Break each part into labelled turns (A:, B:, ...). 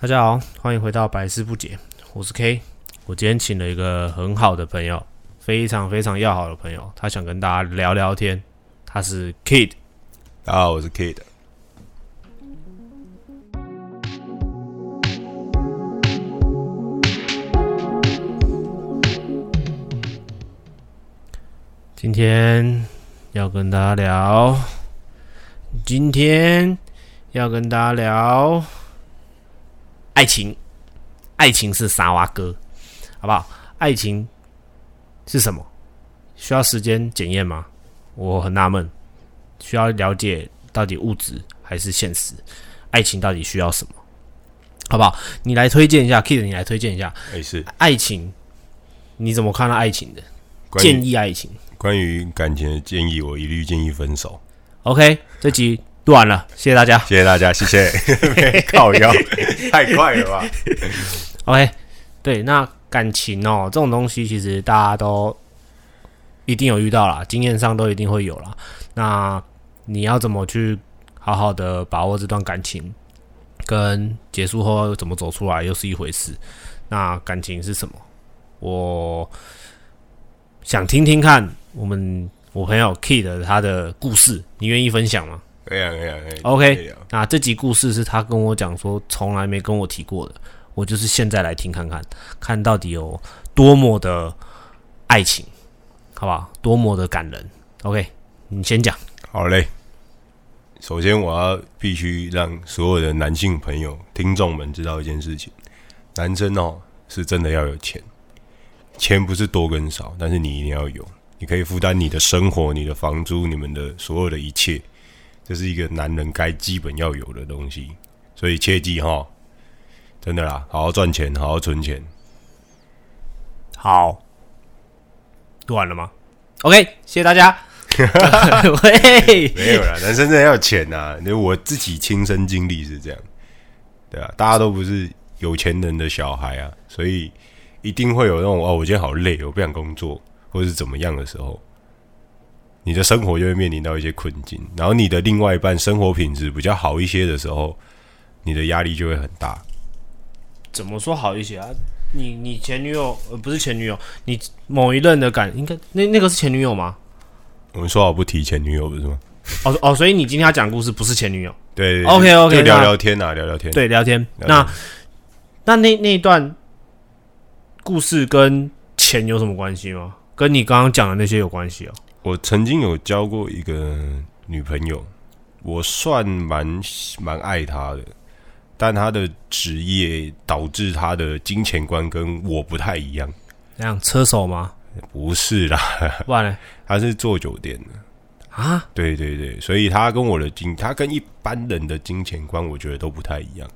A: 大家好，欢迎回到百思不解，我是 K。我今天请了一个很好的朋友，非常非常要好的朋友，他想跟大家聊聊天。他是 Kid，
B: 大家好，啊我是 Kid。
A: 今天要跟大家聊，今天要跟大家聊爱情。爱情是啥哇哥，好不好？爱情是什么？需要时间检验吗？我很纳闷，需要了解到底物质还是现实？爱情到底需要什么？好不好？你来推荐一下，Kid，你来推荐一下
B: 哎、是
A: 爱情，你怎么看到爱情的？
B: 关
A: 建
B: 于
A: 议爱情。
B: 关于感情的建议，我一律建议分手。
A: OK，这集录完了，谢谢大家。
B: 谢谢大家，谢 谢。靠 腰，太快了吧？
A: OK，对，那感情哦，这种东西其实大家都一定有遇到啦，经验上都一定会有啦。那你要怎么去好好的把握这段感情，跟结束后怎么走出来又是一回事。那感情是什么？我想听听看我们我朋友 Kid 他的故事，你愿意分享吗？
B: 哎呀哎呀哎呀
A: OK
B: 可以啊
A: 那这集故事是他跟我讲说，从来没跟我提过的。我就是现在来听看看，看到底有多么的爱情，好不好？多么的感人。OK，你先讲。
B: 好嘞。首先，我要必须让所有的男性朋友、听众们知道一件事情：男生哦，是真的要有钱，钱不是多跟少，但是你一定要有，你可以负担你的生活、你的房租、你们的所有的一切，这是一个男人该基本要有的东西。所以切记哈，真的啦，好好赚钱，好好存钱。
A: 好，录完了吗？OK，谢谢大 家。喂，
B: 没有啦，男生真的要有钱呐、那我自己亲身经历是这样，对啊，大家都不是有钱人的小孩啊，所以一定会有那种哦，我今天好累，我不想工作，或是怎么样的时候，你的生活就会面临到一些困境，然后你的另外一半生活品质比较好一些的时候，你的压力就会很大。
A: 怎么说好一些啊？你你前女友呃不是前女友，你某一任的感应该那那个是前女友吗？
B: 我们说好不提前女友不是吗？
A: 哦哦，所以你今天要讲故事不是前女友。
B: 对
A: OK，OK，
B: 就聊
A: 那
B: 聊天啊，聊聊天。
A: 对，聊天。
B: 聊天
A: 那那那那一段故事跟钱有什么关系吗？跟你刚刚讲的那些有关系哦。
B: 我曾经有交过一个女朋友，我算蛮喜蛮爱她的，但她的职业导致她的金钱观跟我不太一样。
A: 这样车手吗？
B: 不是啦，
A: 不然呢？
B: 她是做酒店的。
A: 啊，
B: 对对对，所以她跟我的金，她跟一般人的金钱观，我觉得都不太一样。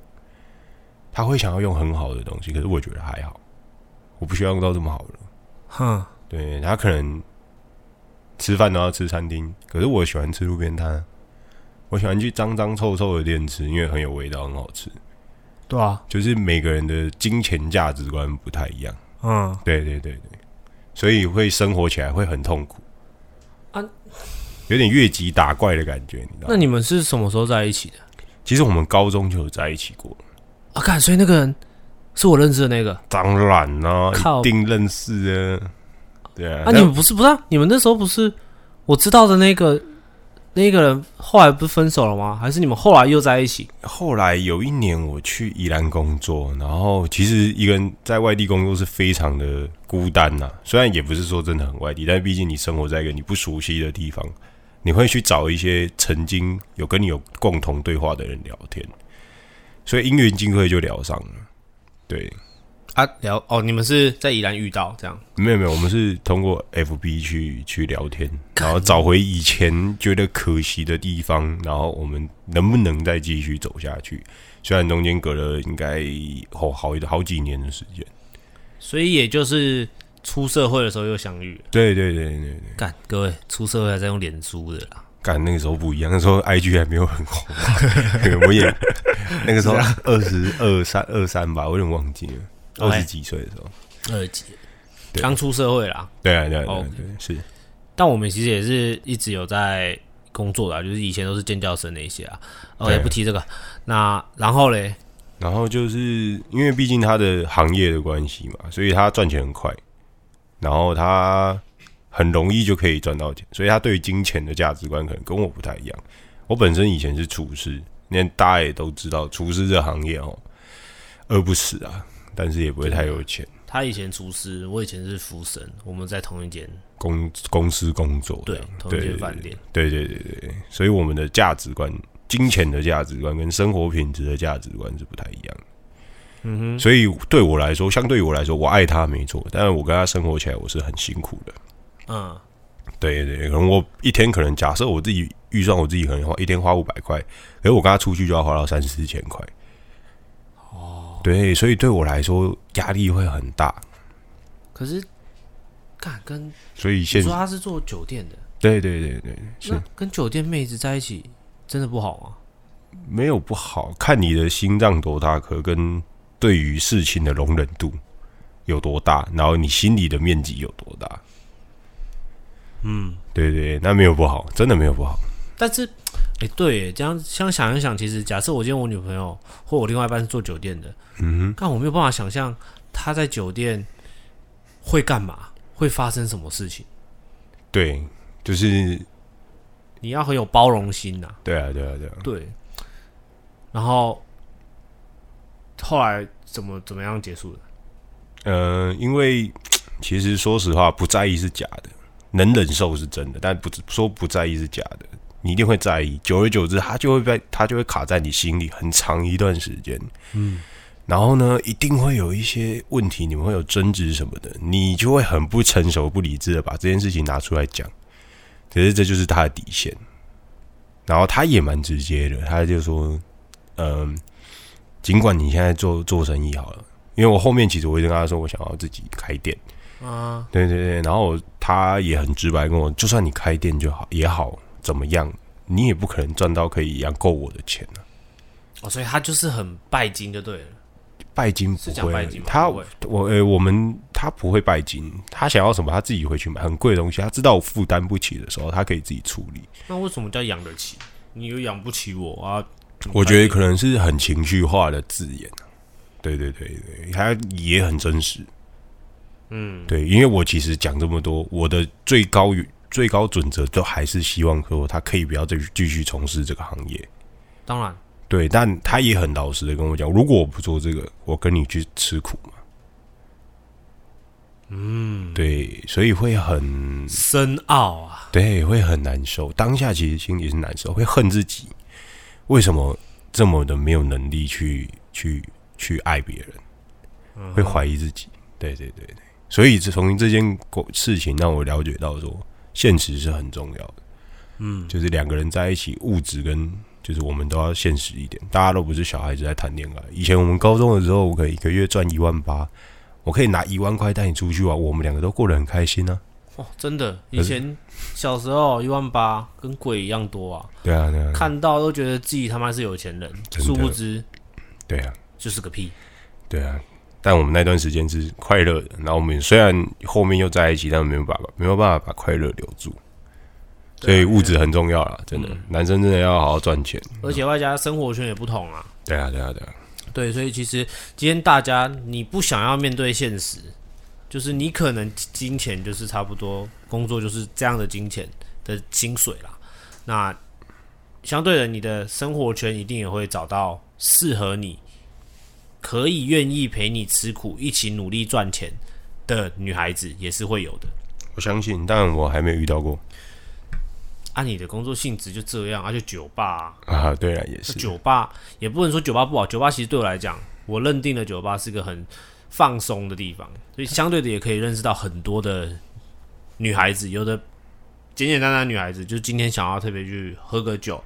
B: 她会想要用很好的东西，可是我觉得还好，我不需要用到这么好的。
A: 哼，
B: 对他可能吃饭都要吃餐厅，可是我喜欢吃路边摊，啊我喜欢去脏脏臭臭的店吃，因为很有味道，很好吃。
A: 对啊，
B: 就是每个人的金钱价值观不太一样，
A: 嗯，
B: 对对对对，所以会生活起来会很痛苦
A: 啊，
B: 有点越级打怪的感觉，你知道
A: 那
B: 吗？
A: 你们是什么时候在一起的？
B: 其实我们高中就有在一起过，
A: 啊，看，所以那个人是我认识的那个
B: 当然啦、
A: 靠
B: 一定认识啊，对啊，
A: 啊。你
B: 但
A: 们不是不是啊？你们那时候不是我知道的那个那个人，后来不是分手了吗？还是你们后来又在一起？
B: 后来有一年我去宜兰工作，然后其实一个人在外地工作是非常的孤单呐、虽然也不是说真的很外地，但毕竟你生活在一个你不熟悉的地方，你会去找一些曾经有跟你有共同对话的人聊天，所以因缘际会就聊上了。对，
A: 啊，聊哦，你们是在宜兰遇到这样。
B: 没有没有，我们是通过 FB 去去聊天，然后找回以前觉得可惜的地方，然后我们能不能再继续走下去？虽然中间隔了应该哦好一好几年的时间。
A: 所以也就是出社会的时候又相遇了。
B: 对对对对对，
A: 干，各位出社会还在用脸书的啦，
B: 干那个时候不一样，那时候 IG 还没有很红，对我也那个时候二十二三二三吧，我有点忘记了，二
A: OK
B: 十几岁的时候。
A: 二级，
B: 对
A: 刚出社会啦。
B: 对啊对啊对啊
A: OK
B: 对啊，是
A: 但我们其实也是一直有在工作的啊，就是以前都是尖教生那一些啊。OK，
B: 对
A: 不提这个。那然后嘞，
B: 然后就是因为毕竟他的行业的关系嘛，所以他赚钱很快，然后他很容易就可以赚到钱，所以他对于金钱的价值观可能跟我不太一样。我本身以前是厨师，那大家也都知道，厨师这行业哦，饿不死啊，但是也不会太有钱。
A: 他以前厨师，我以前是服神，我们在同一间
B: 公公司工作，
A: 对同一间饭店，
B: 对对对对，对所以我们的价值观、金钱的价值观跟生活品质的价值观是不太一样的。嗯哼，所以对我来说，相对于我来说，我爱他没错，但是我跟他生活起来，我是很辛苦的。
A: 嗯，
B: 对对，对可能我一天可能假设我自己预算我自己可能花一天花五百块，可是我跟他出去就要花到三四千块。哦，对，所以对我来说压力会很大，
A: 可是干跟
B: 所以
A: 你
B: 现
A: 说他是做酒店的，
B: 对对对对是
A: 那跟酒店妹子在一起真的不好吗？
B: 没有不好，看你的心脏多大颗，跟对于事情的容忍度有多大，然后你心里的面积有多大。嗯，对对，那没有不好，真的没有不好。
A: 但是，哎、对耶，这样像想一想，其实假设我今天我女朋友或我另外一半是做酒店的，嗯，但我没有办法想象她在酒店会干嘛，会发生什么事情。
B: 对，就是
A: 你要很有包容心呐、
B: 对啊，对啊，对啊，
A: 对。然后后来怎么怎么样结束的？
B: 呃，因为其实说实话，不在意是假的，能忍受是真的，但不说不在意是假的，你一定会在意。久而久之，它就会被它就会卡在你心里很长一段时间。嗯，然后呢，一定会有一些问题，你们会有争执什么的，你就会很不成熟、不理智的把这件事情拿出来讲。可是这就是他的底线。然后他也蛮直接的，他就说：“嗯、尽管你现在做做生意好了。”因为我后面其实我一直跟他说我想要自己开店，
A: 啊，
B: 对对对，然后我他也很直白跟我，就算你开店就好也好，怎么样，你也不可能赚到可以养够我的钱啊。
A: 哦，所以他就是很拜金就对了，
B: 拜金不
A: 是讲
B: 会
A: 拜
B: 啊
A: 金吗？，
B: 他
A: 不会
B: 我呃我们他不会拜金，他想要什么他自己会去买，很贵的东西他知道我负担不起的时候，他可以自己处理。
A: 那为什么叫养得起？你又养不起我啊？
B: 我觉得可能是很情绪化的字眼啊、对对对对，他也很真实。嗯，对，因为我其实讲这么多，我的最高原最高准则都还是希望说他可以不要再继续从事这个行业。
A: 当然，
B: 对，但他也很老实的跟我讲，如果我不做这个，我跟你去吃苦嘛。嗯，对，所以会很
A: 深奥啊。
B: 对，会很难受。当下其实心里是难受，会恨自己为什么这么的没有能力去去去爱别人，会怀疑自己。对对对对，所以这从这件过事情让我了解到说，现实是很重要的。嗯，就是两个人在一起，物质跟就是我们都要现实一点，大家都不是小孩子在谈恋爱。以前我们高中的时候，我可以一个月赚一万八，我可以拿一万块带你出去玩，我们两个都过得很开心啊。
A: 哦，真的，以
B: 可是
A: 前小时候一万八跟鬼一样多啊，
B: 对啊，对啊，
A: 看到都觉得自己他妈是有钱人，
B: 真的
A: 殊不知
B: 对啊。
A: 就是个屁。
B: 对啊，但我们那段时间是快乐的。然后我们虽然后面又在一起，但没有办法，没有办法把快乐留住。
A: 啊
B: 所以物质很重要啦，啊真的，男生真的要好好赚钱。
A: 而且外加生活圈也不同啊，
B: 对啊，对啊，对啊，
A: 对，所以其实今天大家你不想要面对现实，就是你可能金钱就是差不多，工作就是这样的金钱的薪水啦。那相对的，你的生活圈一定也会找到适合你，可以愿意陪你吃苦、一起努力赚钱的女孩子也是会有的。
B: 我相信，但我还没有遇到过
A: 按啊你的工作性质就这样，而、且酒吧啊、
B: 啊。对啊，也
A: 那
B: 是，
A: 酒吧也不能说酒吧不好，酒吧其实对我来讲，我认定了酒吧是个很放松的地方，所以相对的也可以认识到很多的女孩子，有的简简单单的女孩子，就是今天想要特别去喝个酒，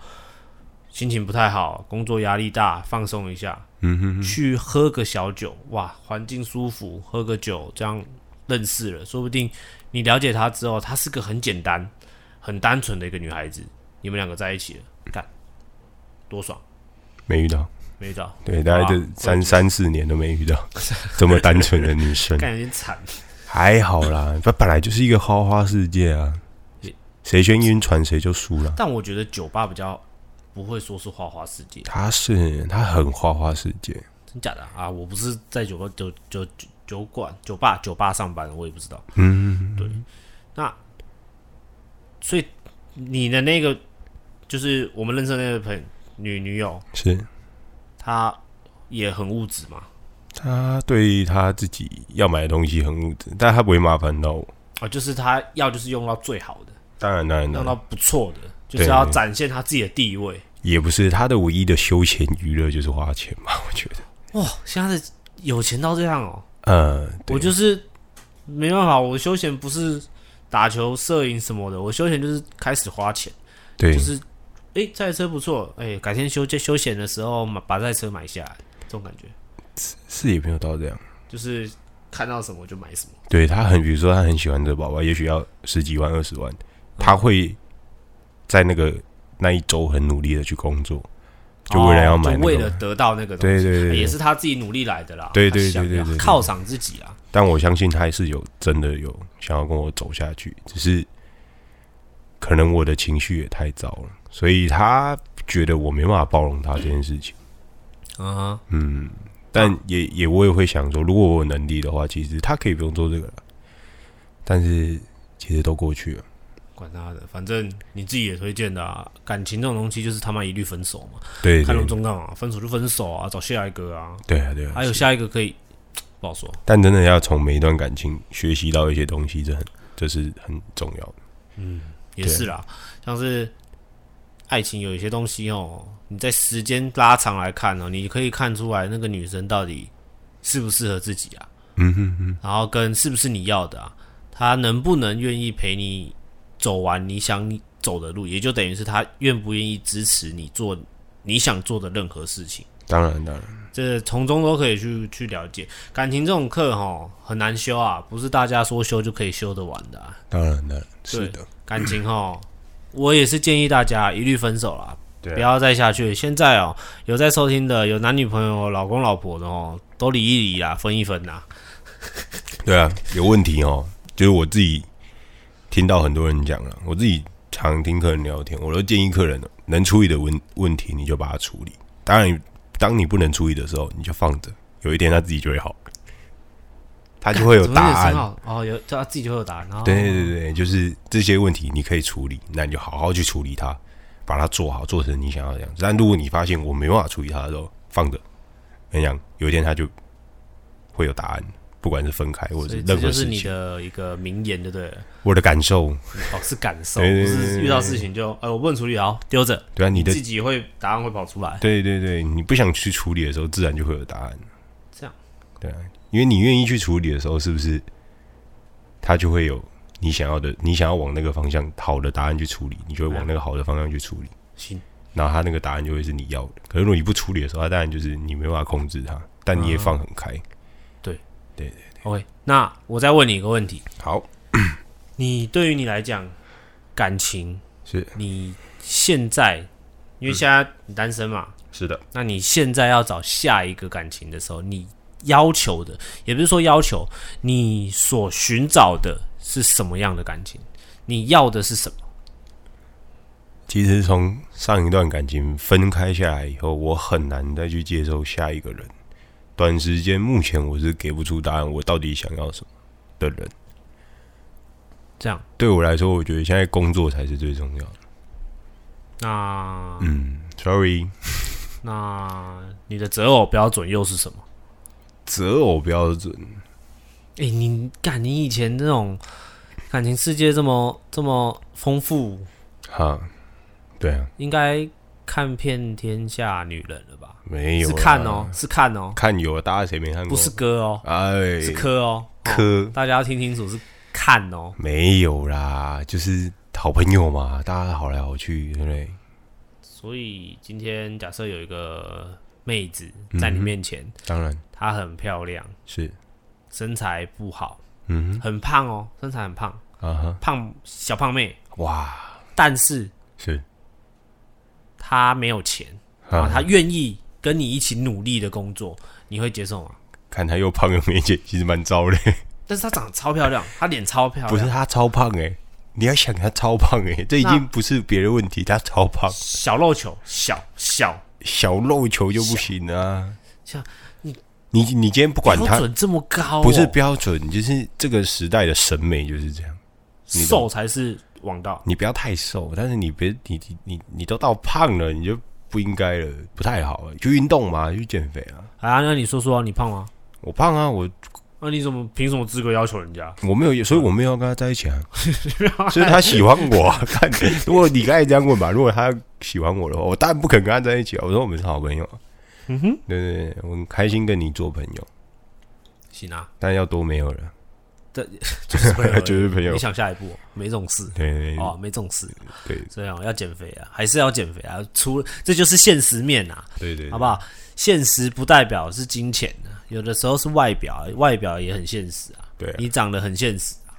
A: 心情不太好，工作压力大，放松一下，
B: 嗯哼哼，
A: 去喝个小酒，哇，环境舒服，喝个酒，这样认识了，说不定你了解她之后，她是个很简单、很单纯的一个女孩子，你们两个在一起了，干多爽！
B: 没遇到。
A: 没遇到，
B: 对，大概
A: 好
B: 这
A: 啊
B: 三三四年都没 遇到这么单纯的女生，
A: 干有点惨。
B: 还好啦。它本来就是一个花花世界啊，谁先晕船谁就输了。
A: 但我觉得酒吧比较不会说是花花世界，啊
B: 他是他很花花世界，
A: 真假的啊？我不是在酒吧酒酒酒酒馆酒吧酒吧上班的，我也不知道。
B: 嗯，
A: 对，那所以你的那个就是我们认识的那个朋女女友，
B: 是
A: 她也很物质嘛？
B: 他对他自己要买的东西很物质，但他不会麻烦到我。
A: 啊，就是她要就是用到最好的，
B: 当然，当然，当
A: 用
B: 然
A: 到不错的，就
B: 对
A: 是要
B: 对
A: 展现她自己的地位。
B: 也不是他的唯一的休闲娱乐就是花钱嘛， 我觉得。
A: 哇，现在的有钱到这样哦、
B: 呃，对
A: 我就是没办法，我休闲不是打球、摄影什么的，我休闲就是开始花钱，
B: 对，
A: 就是诶，这台车不错，诶，改天休休闲的时候买把这台车买下来，这种感觉
B: 是也没有到这样。
A: 就是看到什么就买什么。
B: 对他很，比如说他很喜欢这个宝宝，也许要十几万、二十万，他会在那个那一周很努力的去工作，就为了要
A: 哦
B: 买那
A: 就
B: 个
A: 为了得到那个东西，啊
B: 对对对对
A: 也是他自己努力来的啦。
B: 对对
A: 他想
B: 对对
A: 要
B: 对对
A: 犒赏自己啦。
B: 但我相信他还是有真的有想要跟我走下去，只是可能我的情绪也太糟了，所以他觉得我没办法包容他这件事情。
A: 啊，
B: 嗯，但也也我也会想说，如果我有能力的话，其实他可以不用做这个了。但是其实都过去了，
A: 管他的，反正你自己也推荐的啊。感情这种东西就是他妈一律分手嘛，
B: 对
A: 看
B: 对
A: 重中干嘛？分手就分手啊，找下一个啊。
B: 对啊对啊，
A: 还有下一个可以不好说。
B: 但真的要从每一段感情学习到一些东西，这很这是很重要的。
A: 也是啦，像是爱情有一些东西哦，你在时间拉长来看哦，你可以看出来那个女生到底适不适合自己啊，
B: 嗯哼哼，
A: 然后跟是不是你要的啊，她能不能愿意陪你走完你想走的路，也就等于是她愿不愿意支持你做你想做的任何事情。
B: 当然当然，
A: 这从中都可以去去了解感情这种课哈很难修啊，不是大家说修就可以修得完的、啊。
B: 当然当然，是的，
A: 感情哈，哦我也是建议大家一律分手啦，
B: 对啊
A: 不要再下去。现在哦，有在收听的，有男女朋友、老公老婆的哦，都离一离啦，分一分啦。
B: 对啊，有问题哦，就是我自己听到很多人讲了，我自己常听客人聊天，我都建议客人哦能处理的问问题你就把它处理，当然当你不能处理的时候，你就放着，有一天他自己就会好，他就会有
A: 怎么
B: 答
A: 也
B: 案
A: 是很。好哦，有他自己就会有答案。然后
B: 对对对对，就是这些问题你可以处理，那你就好好去处理它，把它做好，做成你想要的样子。但如果你发现我没办法处理它的时候，放着，跟你讲，有一天它就会有答案，不管是分开或
A: 所
B: 者是
A: 以这
B: 任何
A: 就是
B: 事
A: 你
B: 情，
A: 的一个名言，对不 对了？
B: 我的感受，
A: 哦，是感受，
B: 对对
A: 不
B: 对对
A: 是遇到事情就哎，我不能处理，好丢着，
B: 对啊，你的
A: 自己会答案会跑出来。
B: 对对对，你不想去处理的时候，自然就会有答案。
A: 这样，
B: 对啊，因为你愿意去处理的时候，是不是它就会有你想要的，你想要往那个方向好的答案去处理，你就会往那个好的方向去处理。
A: 行，
B: 然后他那个答案就会是你要的。可是如果你不处理的时候，他当然就是你没办法控制它，但
A: 嗯
B: 你也放很开。
A: OK，那我再问你一个问题，
B: 好，
A: 你对于你来讲，感情
B: 是
A: 你现在，
B: 嗯
A: 因为现在你单身嘛，
B: 是的，
A: 那你现在要找下一个感情的时候，你要求的，也不是说要求，你所寻找的是什么样的感情？你要的是什么？
B: 其实从上一段感情分开下来以后，我很难再去接受下一个人。短时间，目前我是给不出答案，我到底想要什么的人。
A: 这样，
B: 对我来说，我觉得现在工作才是最重要的。
A: 那、
B: 嗯，sorry，
A: 那你的择偶标准又是什么？
B: 择偶标准，
A: 哎、你看你以前那种感情世界这么这么丰富，
B: 哈，对啊，
A: 应该看遍天下女人了吧？
B: 没有
A: 是
B: 啦
A: 看哦，，是看哦，
B: 看有啊，大家谁没看过？
A: 不是，歌哦，
B: 哎，
A: 是科哦，
B: 科
A: 大家要听清楚是看哦。
B: 没有啦，就是好朋友嘛，大家好来好去，对不对？
A: 所以今天假设有一个妹子
B: 嗯
A: 在你面前，
B: 当然
A: 她很漂亮，
B: 是，
A: 身材不好，
B: 嗯
A: 很胖哦，身材很胖，
B: 哼，啊哈，
A: 胖小胖妹，
B: 哇，
A: 但是
B: 是，
A: 她没有钱，然后
B: 啊，
A: 她愿意跟你一起努力的工作，你会接受吗？
B: 看他又胖又没钱，其实蛮糟的。
A: 但是她长得超漂亮，她脸超漂亮，
B: 不是他超胖哎、你要想他超胖哎、这已
A: 那
B: 经不是别的问题，他超胖，
A: 小肉球，小小
B: 小肉球就不行啊。
A: 像
B: 你你今天不管
A: 标
B: 他
A: 准这么高哦、
B: 不是标准，你就是这个时代的审美就是这样。你懂
A: 瘦才是王道。
B: 你不要太瘦，但是你别你你你你都到胖了，你就不应该了，不太好了。去运动嘛，去减肥啊。
A: 啊，那你说说、啊，你胖吗？
B: 我胖啊，我
A: 那你怎么凭什么资格要求人家？
B: 我没有，所以我没有要跟他在一 起啊。所以他喜欢我、 啊，看如果你刚才这样问吧，如果他喜欢我的话，我当然不肯跟他在一起啊。我说我们是好朋友啊，
A: 嗯哼，
B: 对对对，我很开心跟你做朋友，
A: 行啊，
B: 但要多没有了，
A: 就是朋友
B: 就是朋友
A: 你，想下一步哦，没这种事
B: 对对对
A: 哦，没这种事。
B: 对
A: 这样要减肥啊，还是要减肥啊？除这就是现实面啊，
B: 对对，
A: 好不好？现实不代表是金钱啊，有的时候是外表啊，外表也很现实啊。
B: 对啊
A: 你长得很现实啊，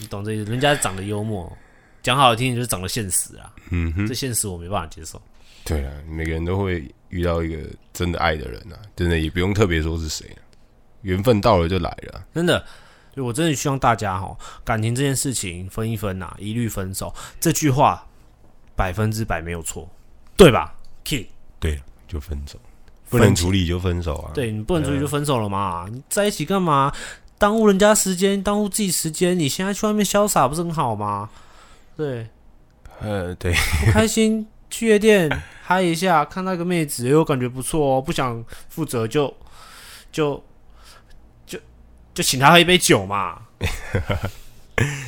A: 你懂这意思？人家长得幽默，讲好听就是长得现实啊。
B: 嗯哼，
A: 这现实我没办法接受。
B: 对啊，每个人都会遇到一个真的爱的人啊，真的也不用特别说是谁啊，缘分到了就来了啊。
A: 真的，所以我真的希望大家哈，感情这件事情分一分呐、啊一律分手。这句话百分之百没有错，对吧？Kid，
B: 对，就分手，不
A: 啊
B: 能
A: 分手
B: 处理就分手啊。
A: 对你不能出去就分手了嘛？你在一起干嘛？耽误人家时间，耽误自己时间。你现在去外面潇洒不是很好吗？对，
B: 呃，对，
A: 不开心去夜店 嗨一下，看到一个妹子，哎呦感觉不错哦，不想负责就就就就请她喝一杯酒嘛。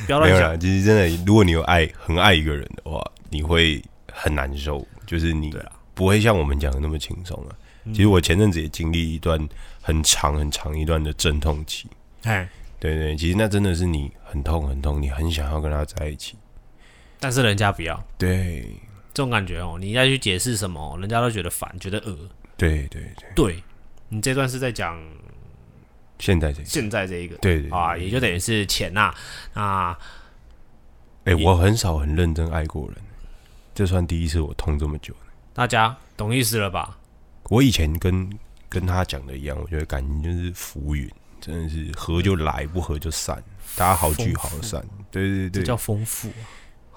A: 不要
B: 没
A: 乱
B: 有
A: 想，
B: 啦。其实真的，如果你有爱，很爱一个人的话，你会很难受，就是你
A: 对啊嗯
B: 不会像我们讲的那么轻松啊。其实我前阵子也经历一段很长很长一段的阵痛期，
A: 哎，
B: 对对，其实那真的是你很痛很痛，你很想要跟他在一起，
A: 但是人家不要
B: 对
A: 这种感觉哦，你再去解释什么，人家都觉得烦，觉得恶。
B: 对对对，
A: 对你这段是在讲
B: 现在这个，
A: 现在这一个
B: 对对
A: 啊，也就等于是钱呐、啊，
B: 哎、我很少很认真爱过人，这算第一次我痛这么久。
A: 大家懂意思了吧？
B: 我以前跟跟他讲的一样，我觉得感情就是浮云，真的是合就来，不合就散，大家好聚好散。对
A: 这
B: 对
A: 叫
B: 对，
A: 丰富啊、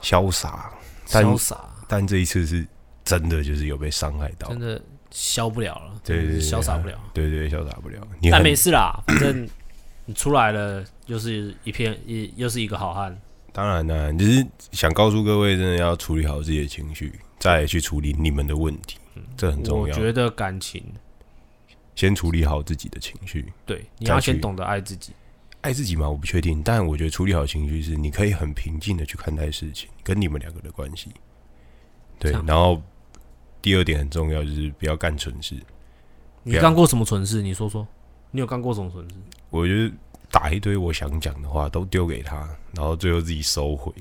B: 潇洒。但
A: 潇洒，啊
B: 但这一次是真的，就是有被伤害到。
A: 真的消不了了，
B: 哦对对对，
A: 潇洒不了。
B: 对对，对潇洒不了。你
A: 但
B: 很
A: 没事啦，反正你出来了，又是一片，一又是一个好汉。
B: 当然啦、只是想告诉各位，真的要处理好自己的情绪，再来去处理你们的问题，这很
A: 嗯
B: 重
A: 我
B: 要。
A: 觉得感情，
B: 先处理好自己的情绪，
A: 对，你要
B: 再去
A: 先懂得爱自己。
B: 爱自己吗？我不确定，但我觉得处理好情绪是你可以很平静的去看待事情，跟你们两个的关系。对
A: 这，样
B: 然后第二点很重要，就是不要干蠢事。
A: 你
B: 不要
A: 干过什么蠢事？你说说，你有干过什么蠢事？
B: 我就是打一堆我想讲的话都丢给他，然后最后自己收回。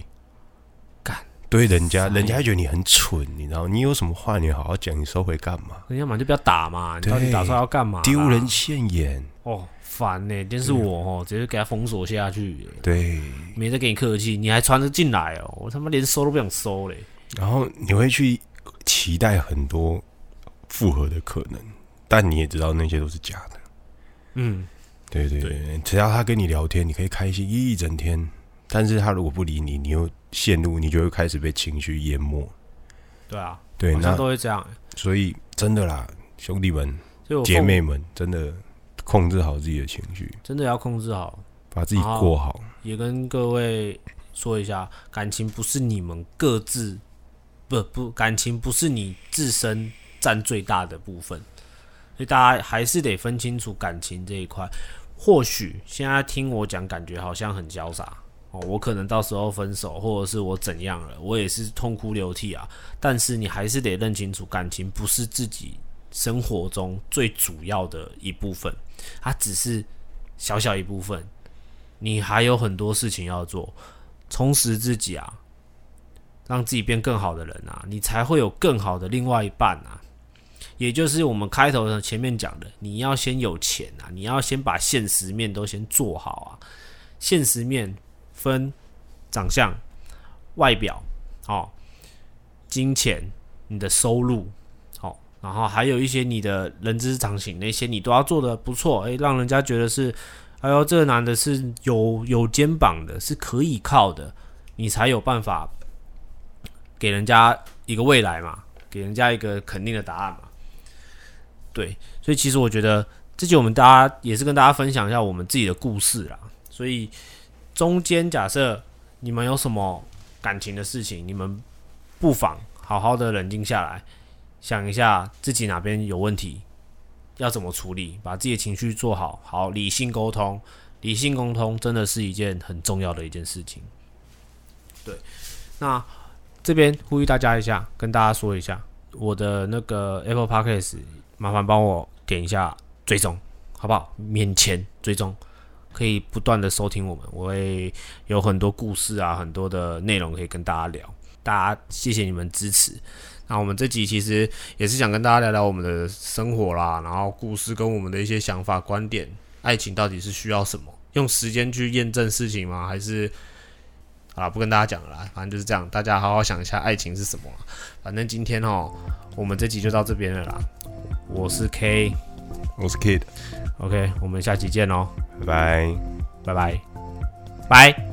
A: 干，
B: 对人家，
A: 傻眼
B: 人家觉得你很蠢，你知道？你有什么话你好好讲，你收回干嘛？
A: 人家嘛就不要打嘛，你到底
B: 对
A: 打出来要干嘛啦？啊
B: 丢人现眼。
A: 哦，烦呢、今天是我哦，直接给他封锁下去、
B: 对，
A: 没再跟你客气，你还传着进来哦，我他妈连收都不想收嘞。
B: 然后你会去期待很多复合的可能，但你也知道那些都是假的。
A: 嗯，
B: 对对对，只要他跟你聊天，你可以开心一整天。但是他如果不理你，你又陷入，你就会开始被情绪淹没。
A: 对啊，
B: 对，
A: 好像
B: 那
A: 都会这样欸、
B: 所以真的啦，兄弟们、
A: 所以我
B: 姐
A: 控
B: 妹们，真的控制好自己的情绪，
A: 真的要控制好，
B: 把自己过好。
A: 也跟各位说一下，感情不是你们各自，不不，感情不是你自身占最大的部分，所以大家还是得分清楚感情这一块。或许现在听我讲，感觉好像很潇洒哦，我可能到时候分手，或者是我怎样了，我也是痛哭流涕啊。但是你还是得认清楚，感情不是自己生活中最主要的一部分，它只是小小一部分，你还有很多事情要做，充实自己啊，让自己变更好的人啊，你才会有更好的另外一半啊。也就是我们开头的前面讲的，你要先有钱啊，你要先把现实面都先做好啊。现实面分长相、外表，哦，金钱、你的收入，哦，然后还有一些你的人之常情，那些你都要做的不错，诶，让人家觉得是哎呦，这个男的是有有肩膀的，是可以靠的，你才有办法给人家一个未来嘛，给人家一个肯定的答案嘛。对，所以其实我觉得这集我们大家也是跟大家分享一下我们自己的故事啦。所以中间假设你们有什么感情的事情，你们不妨好好的冷静下来，想一下自己哪边有问题，要怎么处理，把自己的情绪做好，好理性沟通。理性沟通真的是一件很重要的一件事情。对，那这边呼吁大家一下，跟大家说一下，我的那个 Apple Podcast 麻烦帮我点一下追踪，好不好？免钱追踪，可以不断的收听我们，我会有很多故事啊，很多的内容可以跟大家聊。大家谢谢你们支持。那我们这集其实也是想跟大家聊聊我们的生活啦，然后故事跟我们的一些想法、观点，爱情到底是需要什么？用时间去验证事情吗？还是好啦，不跟大家讲了啦，反正就是这样，大家好好想一下爱情是什么啦。反正今天哦，我们这集就到这边了啦。我是 K，OK，、
B: 我是 Kid，
A: 我们下期见喽，
B: 拜拜。
A: 哦拜拜，拜。